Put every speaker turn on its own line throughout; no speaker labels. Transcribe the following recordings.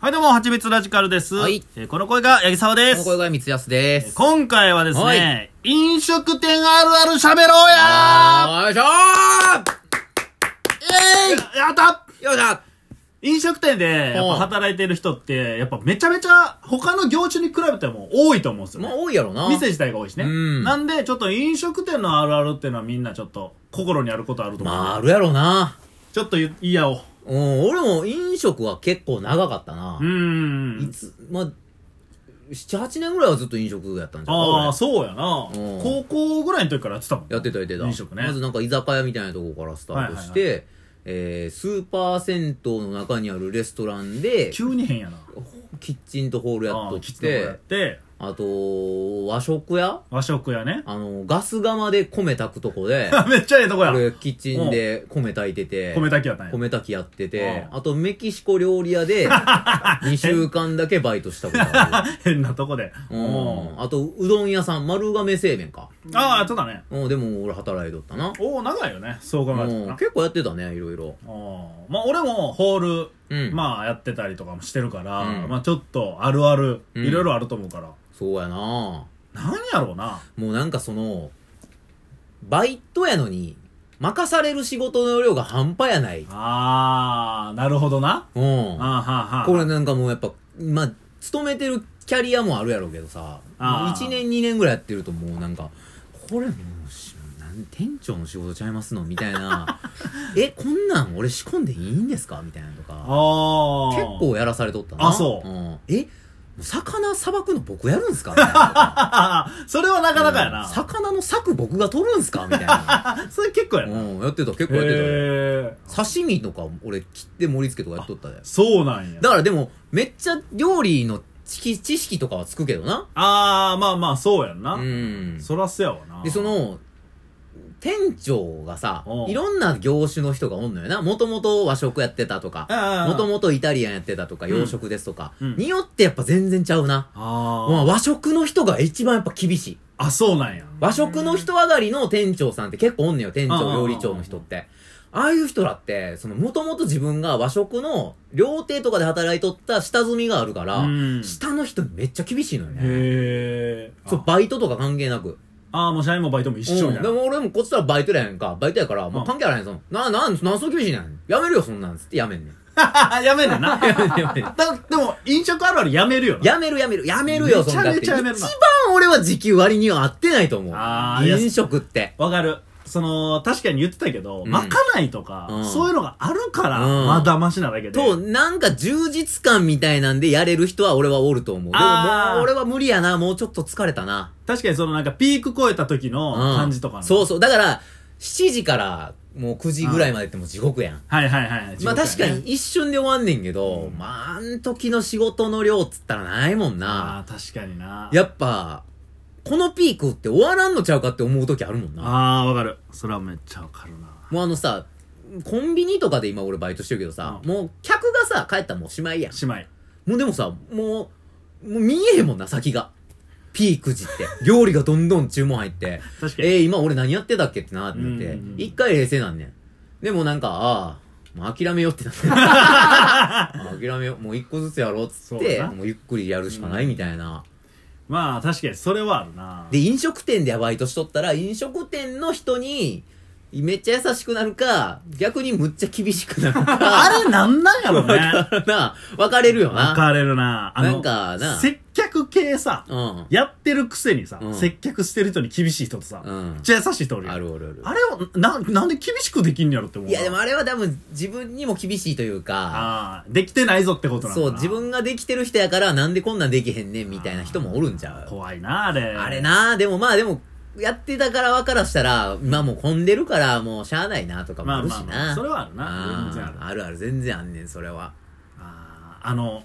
はいどうも、はちみつラジカルです。
はい
えーこの声が八木沢で
この
す。
声が三安で
えー
す。
今回はです
は
ね
い、
飲食店あるある喋ろうや
よいしょ
ーえいやった
ーよいしょ
飲食店でやっぱ働いてる人って、やっぱめちゃめちゃ他の業種に比べても多いと思うんですよ、
まあ
ね。
多いやろな。
店自体が多いしね。
うん
なんで、ちょっと飲食店のあるあるっていうのはみんなちょっと心にあることあると思う。
まああるやろな。
ちょっと言い合おう。
うん、俺も飲食は結構長かったな
う。ー
い
ん。
つ、まあ、七八年ぐらいはずっと飲食やったんじゃ
ああ、
ん。
そうやな
うん。
高校ぐらいの時からやってたもん。
やってたやってた。
飲食ね
まずなんか居酒屋みたいなとこからスタートし
は
て、えー、スーパー銭湯の中にあるレストランで、
急に変やな。
キッチンとホールやっ
あ
と
あ
っ、
きついとこやってて、
あと、和食屋
和食やね。
あの、ガス釜で米炊くとこで、
めっちゃええとこや。
俺、キッチンで米炊いてて、
米炊きやったんや。
米炊きやってて、
うん
あとメキシコ料理屋で、2週間だけバイトしたことあ
変なとこで。
る。う
うん。
ん。あと、うどん屋さん、丸亀製麺か。
ああ、やってたね。
うん、でも俺働いとったな。
おお、長いよね。そう考えたら
うん
な。
結構やってたね、いろいろ。
おまあ、俺もホール、
うん
まあ、やってたりとかもしてるから、
うん
まあ、ちょっとあるある、
うん
いろいろあると思うから。
そうやなも
なんやろうな。
うなんかその、バイトやのに、任される仕事の量が半端やない。
ああ、なるほどな。
うん
あ。あ、はあ、はあ。
これなんかもうやっぱ、まあ、勤めてるキャリアもあるやろうけどさ、
あー
1年2年ぐらいやってるともうなんか、これもうし、なん店長の仕事ちゃいますのみたいな、 え、こんなん俺仕込んでいいんですかみたいなのとか、
ああ。
結 構やらされとったな。、
あそうん
え、魚さばくの僕やる んすかみたいな。
それはなかなかや
うん
な。
魚の柵僕が取るんすかみた いな。
それ結構や
う
な。へ
ん、やってた、結構やってたよ。
え。
刺身とか俺切って盛り付けとかやっとったで。
そうなんや。
だからでも、めっちゃ料理の知識知識とかはつくけどな。
ああ、まあまあ、そうやんな。
うん。
そらせやわな。
で、そ、の、店長がさ
う、ん
いろんな業種の人がおんのよな。もともと和食やってたとか、
も
もともとイタリアンやってたとか、洋食ですとか、
うん
によってやっぱ全然ちゃうな。
あ
まあ和食の人が一番やっぱ厳しい。
あ、あ、そうなんや。
和食の人上がりの店長さんって結構おんねよ、店
うんうんう
長、
んうん
料理長の人って。ああいう人らって、その、もともと自分が和食の料亭とかで働いとった下積みがあるから、
うん
下の人めっちゃ厳しいのよね。
へえ。
そう、バイトとか関係なく。
ああ、もう社員もバイトも 一緒
うん
や
で。も俺もこっちはバイトらやんか。バイトやから、も
う
うん関係あらへん、その。な、なん、なんその厳しいなんやめるよ、そんなんつってやめんねん。
やめるな。
やめるやめる。
だでも、飲食あるあるやめるよな。
やめるやめる。やめるよ、
め
そ
ち
ん
ゃ
なんだっ
め
て。
ち
一
ゃや
番
めるな
俺は時給割には合ってないと思う。
あーいや
飲食って。
わかる。その、確かに言ってたけど、
うん
まかないとか、
うん
そういうのがあるから、
うん
まだマシなだけで。
と、なんか充実感みたいなんでやれる人は俺はおると思う。でも
あー
もう俺は無理やな、もうちょっと疲れたな。
確かにそのなんかピーク超えた時の
うん
感じとかの。
そうそう。だから、7時からもう9時ぐらいまでってもう地獄やん。
はいはいはい。
まあ確かに。一瞬で終わんねんけど、
うん
まああん時の仕事の量っつったらないもん
あ
な。
あ、確かにな。
やっぱ、このピークって終わらんのちゃうかって思う時あるもんな。
ああ、わかる。それはめっちゃわかるな。
もうあのさ、コンビニとかで今俺バイトしてるけどさ、
うん
もう客がさ、帰ったらもうおしまいやん。
姉妹。
もうでもさ、もう、もう見えへんもんな、先が。ピーク 時って。料理がどんどん注文入って。
確かに。
えー、今俺何やってたっけってなってなっ
う
て
ん。
一回冷静なんねん。でもなんか、ああ、もう諦めようってな って。あ諦めよう。もう一個ずつやろうっつっ
そう
て、
だな
もうゆっくりやるしかないみたいな。
まあ確かにそれはあるな。
で、飲食店でバイトしとったら、飲食店の人に、めっちゃ優しくなるか、逆にむっちゃ厳しくなるか。
あれなんなんやろね。
な、分かれるよな。
分かれるな。あの、
なんかな
接客系さ、
うん。
やってるくせにさ、
うん
接客してる人に厳しい人とさ、
う
めっ
ん。
ちゃ優しい人おるやん
あるあるある。
あれを、な、なんで厳しくできんのやろって思う
い
な。
やでもあれは多分自分にも厳しいというか、
ああ、できてないぞってことなんだな。
そう、自分ができてる人やからなんでこんなんできへんねんみたいな人もおるんちゃう
怖いな、あれ。
あれ。なでもまあでも、やってたからわからしたら、今もう混んでるからもうしゃあないなとかも
ま
あ
あ
るし
まあ、まあ、
な。
それはあるな。全
あ
然ある。
ーあるある、全然あんねん、それは。
あーあの、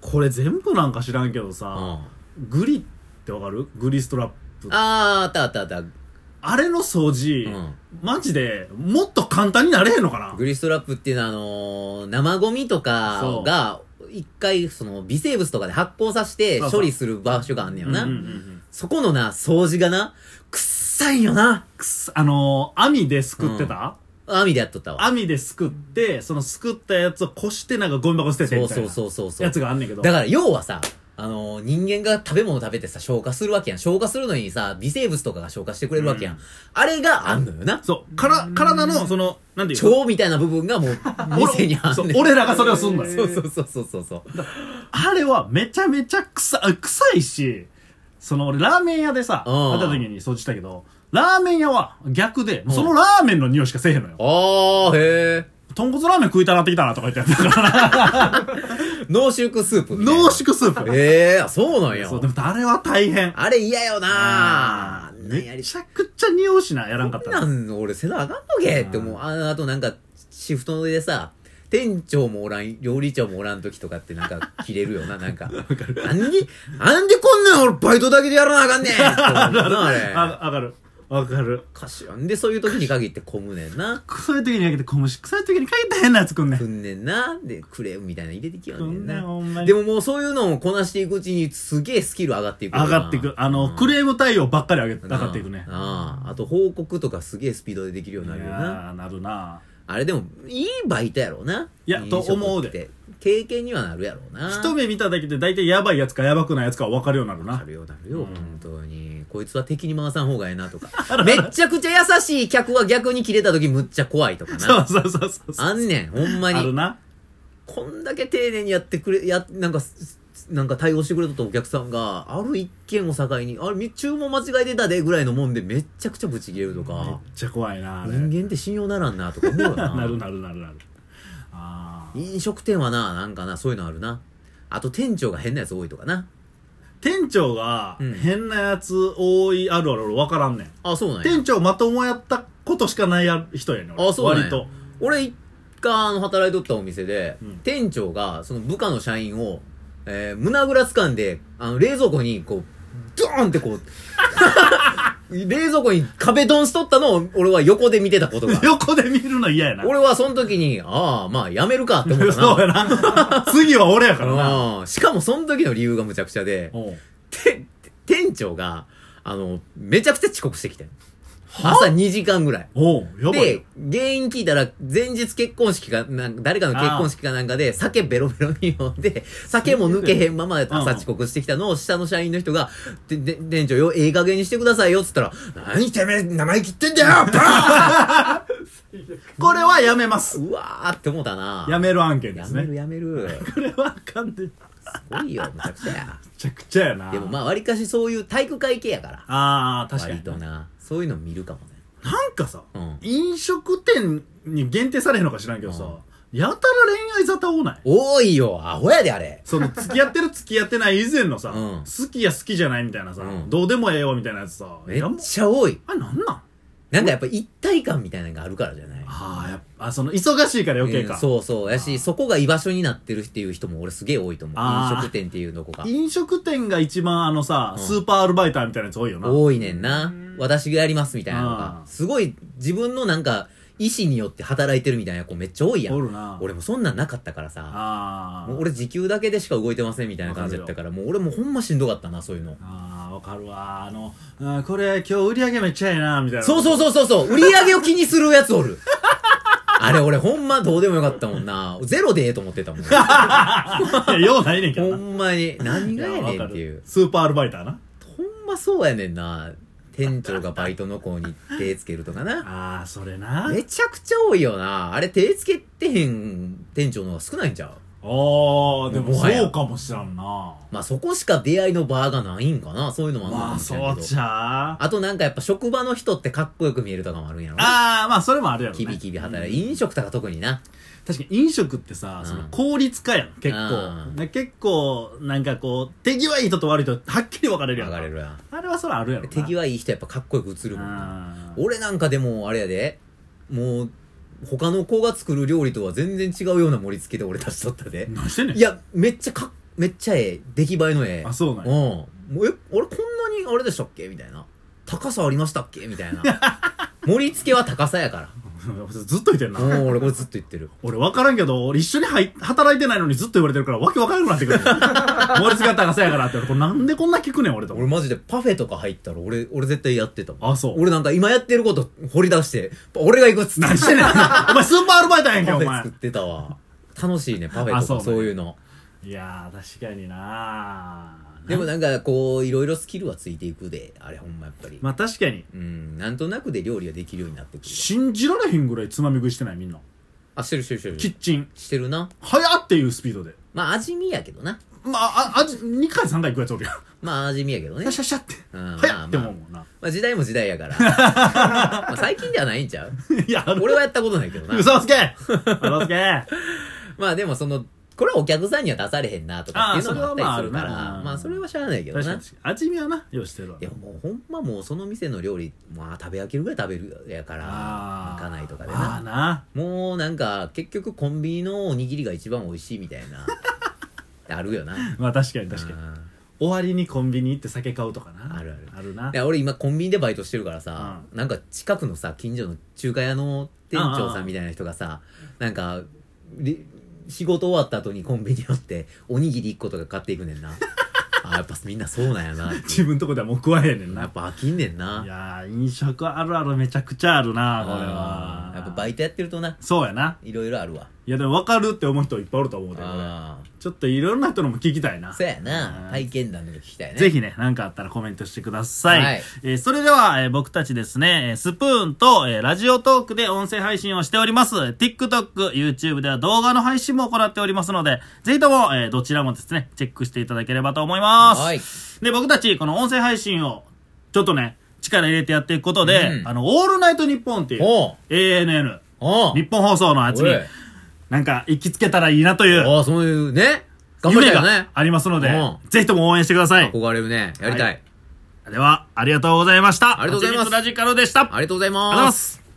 これ全部なんか知らんけど
うん。
さ、
あ
グリってわかるグリストラップ。あ
あー、あったあったあった。う
れの掃除、
ん。
マジで、もっと簡単になれへんのかな
グリストラップっていうのはあのー生ゴミとかが、一回その微生物とかで発酵させて
そうそう
処理する場所があんねんよな。
うんうんうんうん
そこのな、掃除がな、臭いよな。
くっさあのー網ですくってた、
う網でやっとったわ
網ですくって、そのすくったやつをこしてなんかゴミ箱に捨てて
そ
み
う
たい
そ
な
うそうそうそう
やつがあんねんけど。
だ
ら、
から要はさあのー人間が食べ物食べてさ消化するわけやん消化するのにさ微生物とかが消化してくれるわけやん、
う
あれがあんのよな
そう、から、体の、その、なんていうの
腸みたいな部分がもう店にあん
そう
ねん
俺らがそれをすんの
そ
よ。
うそうそうそうそうそう
あれはめちゃめちゃ臭い、臭いし、その俺ラーメン屋でさ、
うん
会った時に掃除したけど、ラーメン屋は逆で、そのラーメンの匂いしかせえへんのよ。
あーへえ
豚骨ラーメン食いたなってきたなとか言ってやった から、
濃縮スープみたいな
濃縮スープ。
へえあそうなんや
そう、でもあれは大変。
あれ嫌よなあんなんや
め
り
ちゃくちゃ匂うしな、やらんかっ
こ
た
ん
ら
な。ん俺せなあかんのけって思うああとなんかシフトでさ店長もおらん料理長もおらん時とかってなんか切れ るよななんかなんでなんでこんなん俺バイトだけでやらなあかんねんって思うなあれ
あ、わかる。わかる。
かしらんでそういう時に限って混むねんな
臭い時にあげてこむし、臭い時にかけて変なやつくんね
く
ん。
んねんなでクレームみたいなの入れてきよ
く
んねん
んねん、
な
ほんまに。
でももうそういうのをこなしていくうちにすげえスキル上がっていくよな
上がっていく。あ
う
の、
ん
クレーム対応ばっかり上げて、上
な
がっていくね。
あああと報告とかすげえスピードでできるようになるよ
い
な
やーなるな。
あれでもいいバイトやろうない
や
飲
と
食
思うで
って経験にはなるやろうな
一目見ただけで大体やばいやつかやばくないやつか分かるようになる
な
な。
るよなるよ、
うん
本当にこいつは敵に回さん方がええな とかめっちゃくちゃ優しい客は逆に切れた時むっちゃ怖いとか
そう
な
そうそうそうそう。
あんねんほんま
ある
に
な。
こんだけ丁寧にやってくれやなんかすなんか対応してくれとったお客さんがある一件を境にあれ注文間違えてたでぐらいのもんでめっちゃくちゃブチ切れると
めっ
か
ちゃ怖いな、あれ。
人間って信用ならんなとか思うよ な
なるなるなるなる。あー
飲食店はな、なんかな、そういうのあるな。あと店長が変なやつ多いとかな。
店長が
うん
変なやつ多いあるある俺分からんねん。
あ、そうなんや。
店長まともやったことしかないや人やねん。俺
あ、そうなん
割
や。
と。
俺一回あの働いとったお店で、
うん。
店長がその部下の社員を、えー、胸ぐらつかんで、あの、冷蔵庫にこう、ドーンってこう、冷蔵庫に壁ドンしとったのを俺は横で見てたことが
横で見るの嫌やな。
俺はその時に、ああ、まあやめるかって思った
そう
な。
やな。次は俺やからな。
うんしかもその時の理由がむちゃくちゃで、
おう
て、店長が、あの、めちゃくちゃ遅刻してきたよ朝2時間ぐらい。
おうやばい
で。、原因聞いたら、前日結婚式か、なんか誰かの結婚式かなんかで、酒ベロベロに飲んで、酒も抜けへんまま朝遅刻してきたのを、下の社員の人が、で、で、店長よ、ええ加減にしてくださいよ、っつったら、何てめえ、生意気言ってんだよ バー
これはやめます。
ンうわーって思ったな。
やめる案件で
や
す
める、
ね。
やめる。
これはあかんで。め
すごいよ、むちゃくちゃや。
ちゃくちゃやな。
でもまあ、割かしそういう体育会系やから。
ああ、確か
割
に。
とな。そういうの見るかもね。
なんかさ、
うん。
飲食店に限定されへんのか知らんけどさ、
うん
やたら恋愛沙汰多ない
多いよ、アホやであれ。
その付き合 ってる付き合ってない以前のさ、
うん
好きや好きじゃないみたいなさ、
うん
どうでもええよみたいなやつさ、
めっ
やんも
ちゃ多い。
あ、なんなん
なんかやっぱ一体感みたいなのがあるからじゃない
ああ、やっぱ、あその、忙しいから余計か。
うんそうそう。やし、そこが居場所になってるっていう人も俺すげえ多いと思
あ
う。
ー
飲食店っていうのこが。
飲食店が一番あのさ、
うん
スーパーアルバイターみたいなやつ多いよな。
多いねんな。私がやりますみたいなのが
あ。ー
すごい自分のなんか、意思によって働いてるみたいな子めっちゃ多いや
お
ん。
るな。
俺もそんなんなかったからさ。
ああ。
もう俺時給だけでしか動いてませんみたいな感じだったから、もう俺もほんましんどかったな、そういうの。
ああ、わかるわ。あの、あーこれ今日売り上げめっちゃええな、みたいな。
そうそうそうそうそう。売り上げを気にするやつおる。 あれ俺ほんまどうでもよかったもんな。ゼロでええと思って たもん。
う。 いや、用ないねんけど
ほ
な。
んまに。何がや
い
ねん
や
っていう。
スーパーアルバイターな。
ほんまそうやねんな。店長がバイトの子に手つけるとかな。
ああ、それな。
めちゃくちゃ多いよな。あれ手つけてへん店長の方が少ないんちゃう
ああ、でも
もはや
そうかもしらんな。
まあそこしか出会いの場がないんかな。そういうのもあんのか
ま
も
あ、
しれ
そ
ん
う
け
ち
ど。
ゃう。
あとなんかやっぱ職場の人ってかっこよく見えるとかもあるんやろな。
ああ、まあ、それもあるやろ、ね。
キビキビ働いて、飲食とか特にな。
確かに飲食ってさ、
うん
その効率化やん、結構
う。ん
ね結構、なんかこう、手際いい人と悪い人、はっきり分かれるやん。
上がれるやん。
あれはそれあるやろな。
手際いい人やっぱかっこよく映るもんな。
あー
俺なんかでもあれやでもう他の子が作る料理とは全然違うような盛り付けで俺出しとったで
何してんねん。
い、やめっちゃかっめっちゃええ出来栄えのええ
あ、そうなん
うん
や。
もうえ俺こんな にあれでしたっけみたいな高さありましたっけみたいな盛り付けは高さやから
ずっと言ってん
う
な。
ん、俺これずっと言ってる。
俺分からんけど、俺一緒にはい働いてないのにずっと言われてるから、わけ分からなくなってく る。モリス方がそうやからって、俺これなんでこんな聞くねん、俺と思
俺
って。
マジでパフェとか入ったら俺、俺絶対やってたもん。
あ、そう。
俺なんか今やってること掘り出して、俺が行くっつって。
何 してんねん。お前スーパーアルバイトやんけ、
パ
お
フェ
前
作っ。てたわ。楽しいね、パフェ
あ
と
そう
か
ね
そういうの。
いやー、確かにな
でもなんかこう、いろいろスキルはついていくで、あれほんまやっぱり。
まあ確かに、
うん、なんとなくで料理ができるようになってくるわ。
信じられへんぐらいつまみ食いしてない、みんな。
あ、してるしてるしてる。
キッチン。
してるな。
早っていうスピードで。
まあ味見やけどな。
まあ、あ、あ、2回3回行くやつおるやん。
まあ味見やけどね。
シャシャシャって。
うんまあ
早って
ま
思
あ
うも んな。
まあ時代も時代 やから。まあ最近ではないんちゃう
いや、ある。
俺はやったことないけどな。
嘘つけ 嘘つけ
まあでもその、これはお客さんには出されへんなとかっていうのもあったりするか
あーそれはまあ
ら、
あるなうん
まあそれはしゃあないけど
確か
な
に。味見はな、ようしてるわ
い。やもうほんまもうその店の料理、まあ食べ飽きるぐらい食べるやから、
あ
ま
ー
かないとかで
ああ
な。
な。
もうなんか結局コンビニのおにぎりが一番美味しいみたい な、あるよな。
まあ確かに確かに。
に。
終わりにコンビニ行って酒買うとかな。
あるある
あるな。
いや俺今コンビニでバイトしてるからさ、なんか近くのさ近所の中華屋の店長さんみたいな人がさなんかり仕事終わった後にコンビニ寄っておにぎり1個とか買っていくね んなあやっぱみんなそうなんやなって
自分とこではもう食わへんねん
やっ
な。
ぱ飽きんねんない
やー、飲食あるあるめちゃくちゃあるな、これは
あー。やっぱバイトやってるとな
そうやな。
いろいろあるわ
いやでも分かるって思う人いっぱいおると思うで、これ。
あ
ちょっといろんな人のも聞きたいな
あ。そうやな
うん
体験談とか聞きたいね
ぜひね、何かあったらコメントしてください。
はい
えーそれでは、えー僕たちですね、えースプーンと、えーラジオトークで音声配信をしております。TikTok、YouTube では動画の配信も行っておりますので、ぜひとも、えーどちらもですね、チェックしていただければと思います。
はい
で、僕たち、この音声配信を、ちょっとね、力入れてやっていくことで、
うん
あの、オールナイトニッポンっていう、
おう
ANN、
おう
日本放送のやつに
おい、
なんか、行きつけたらいいなという、
ああそういうね頑張り
夢
たいよね
がありますので
うん、
ぜひとも応援してください。
憧れるねやりた
はいいでは、ありがとうございました。
ありがとうございます
蜂蜜ラジカルでした。ありがとう
ありがとうござい
ござい
ま
ますす。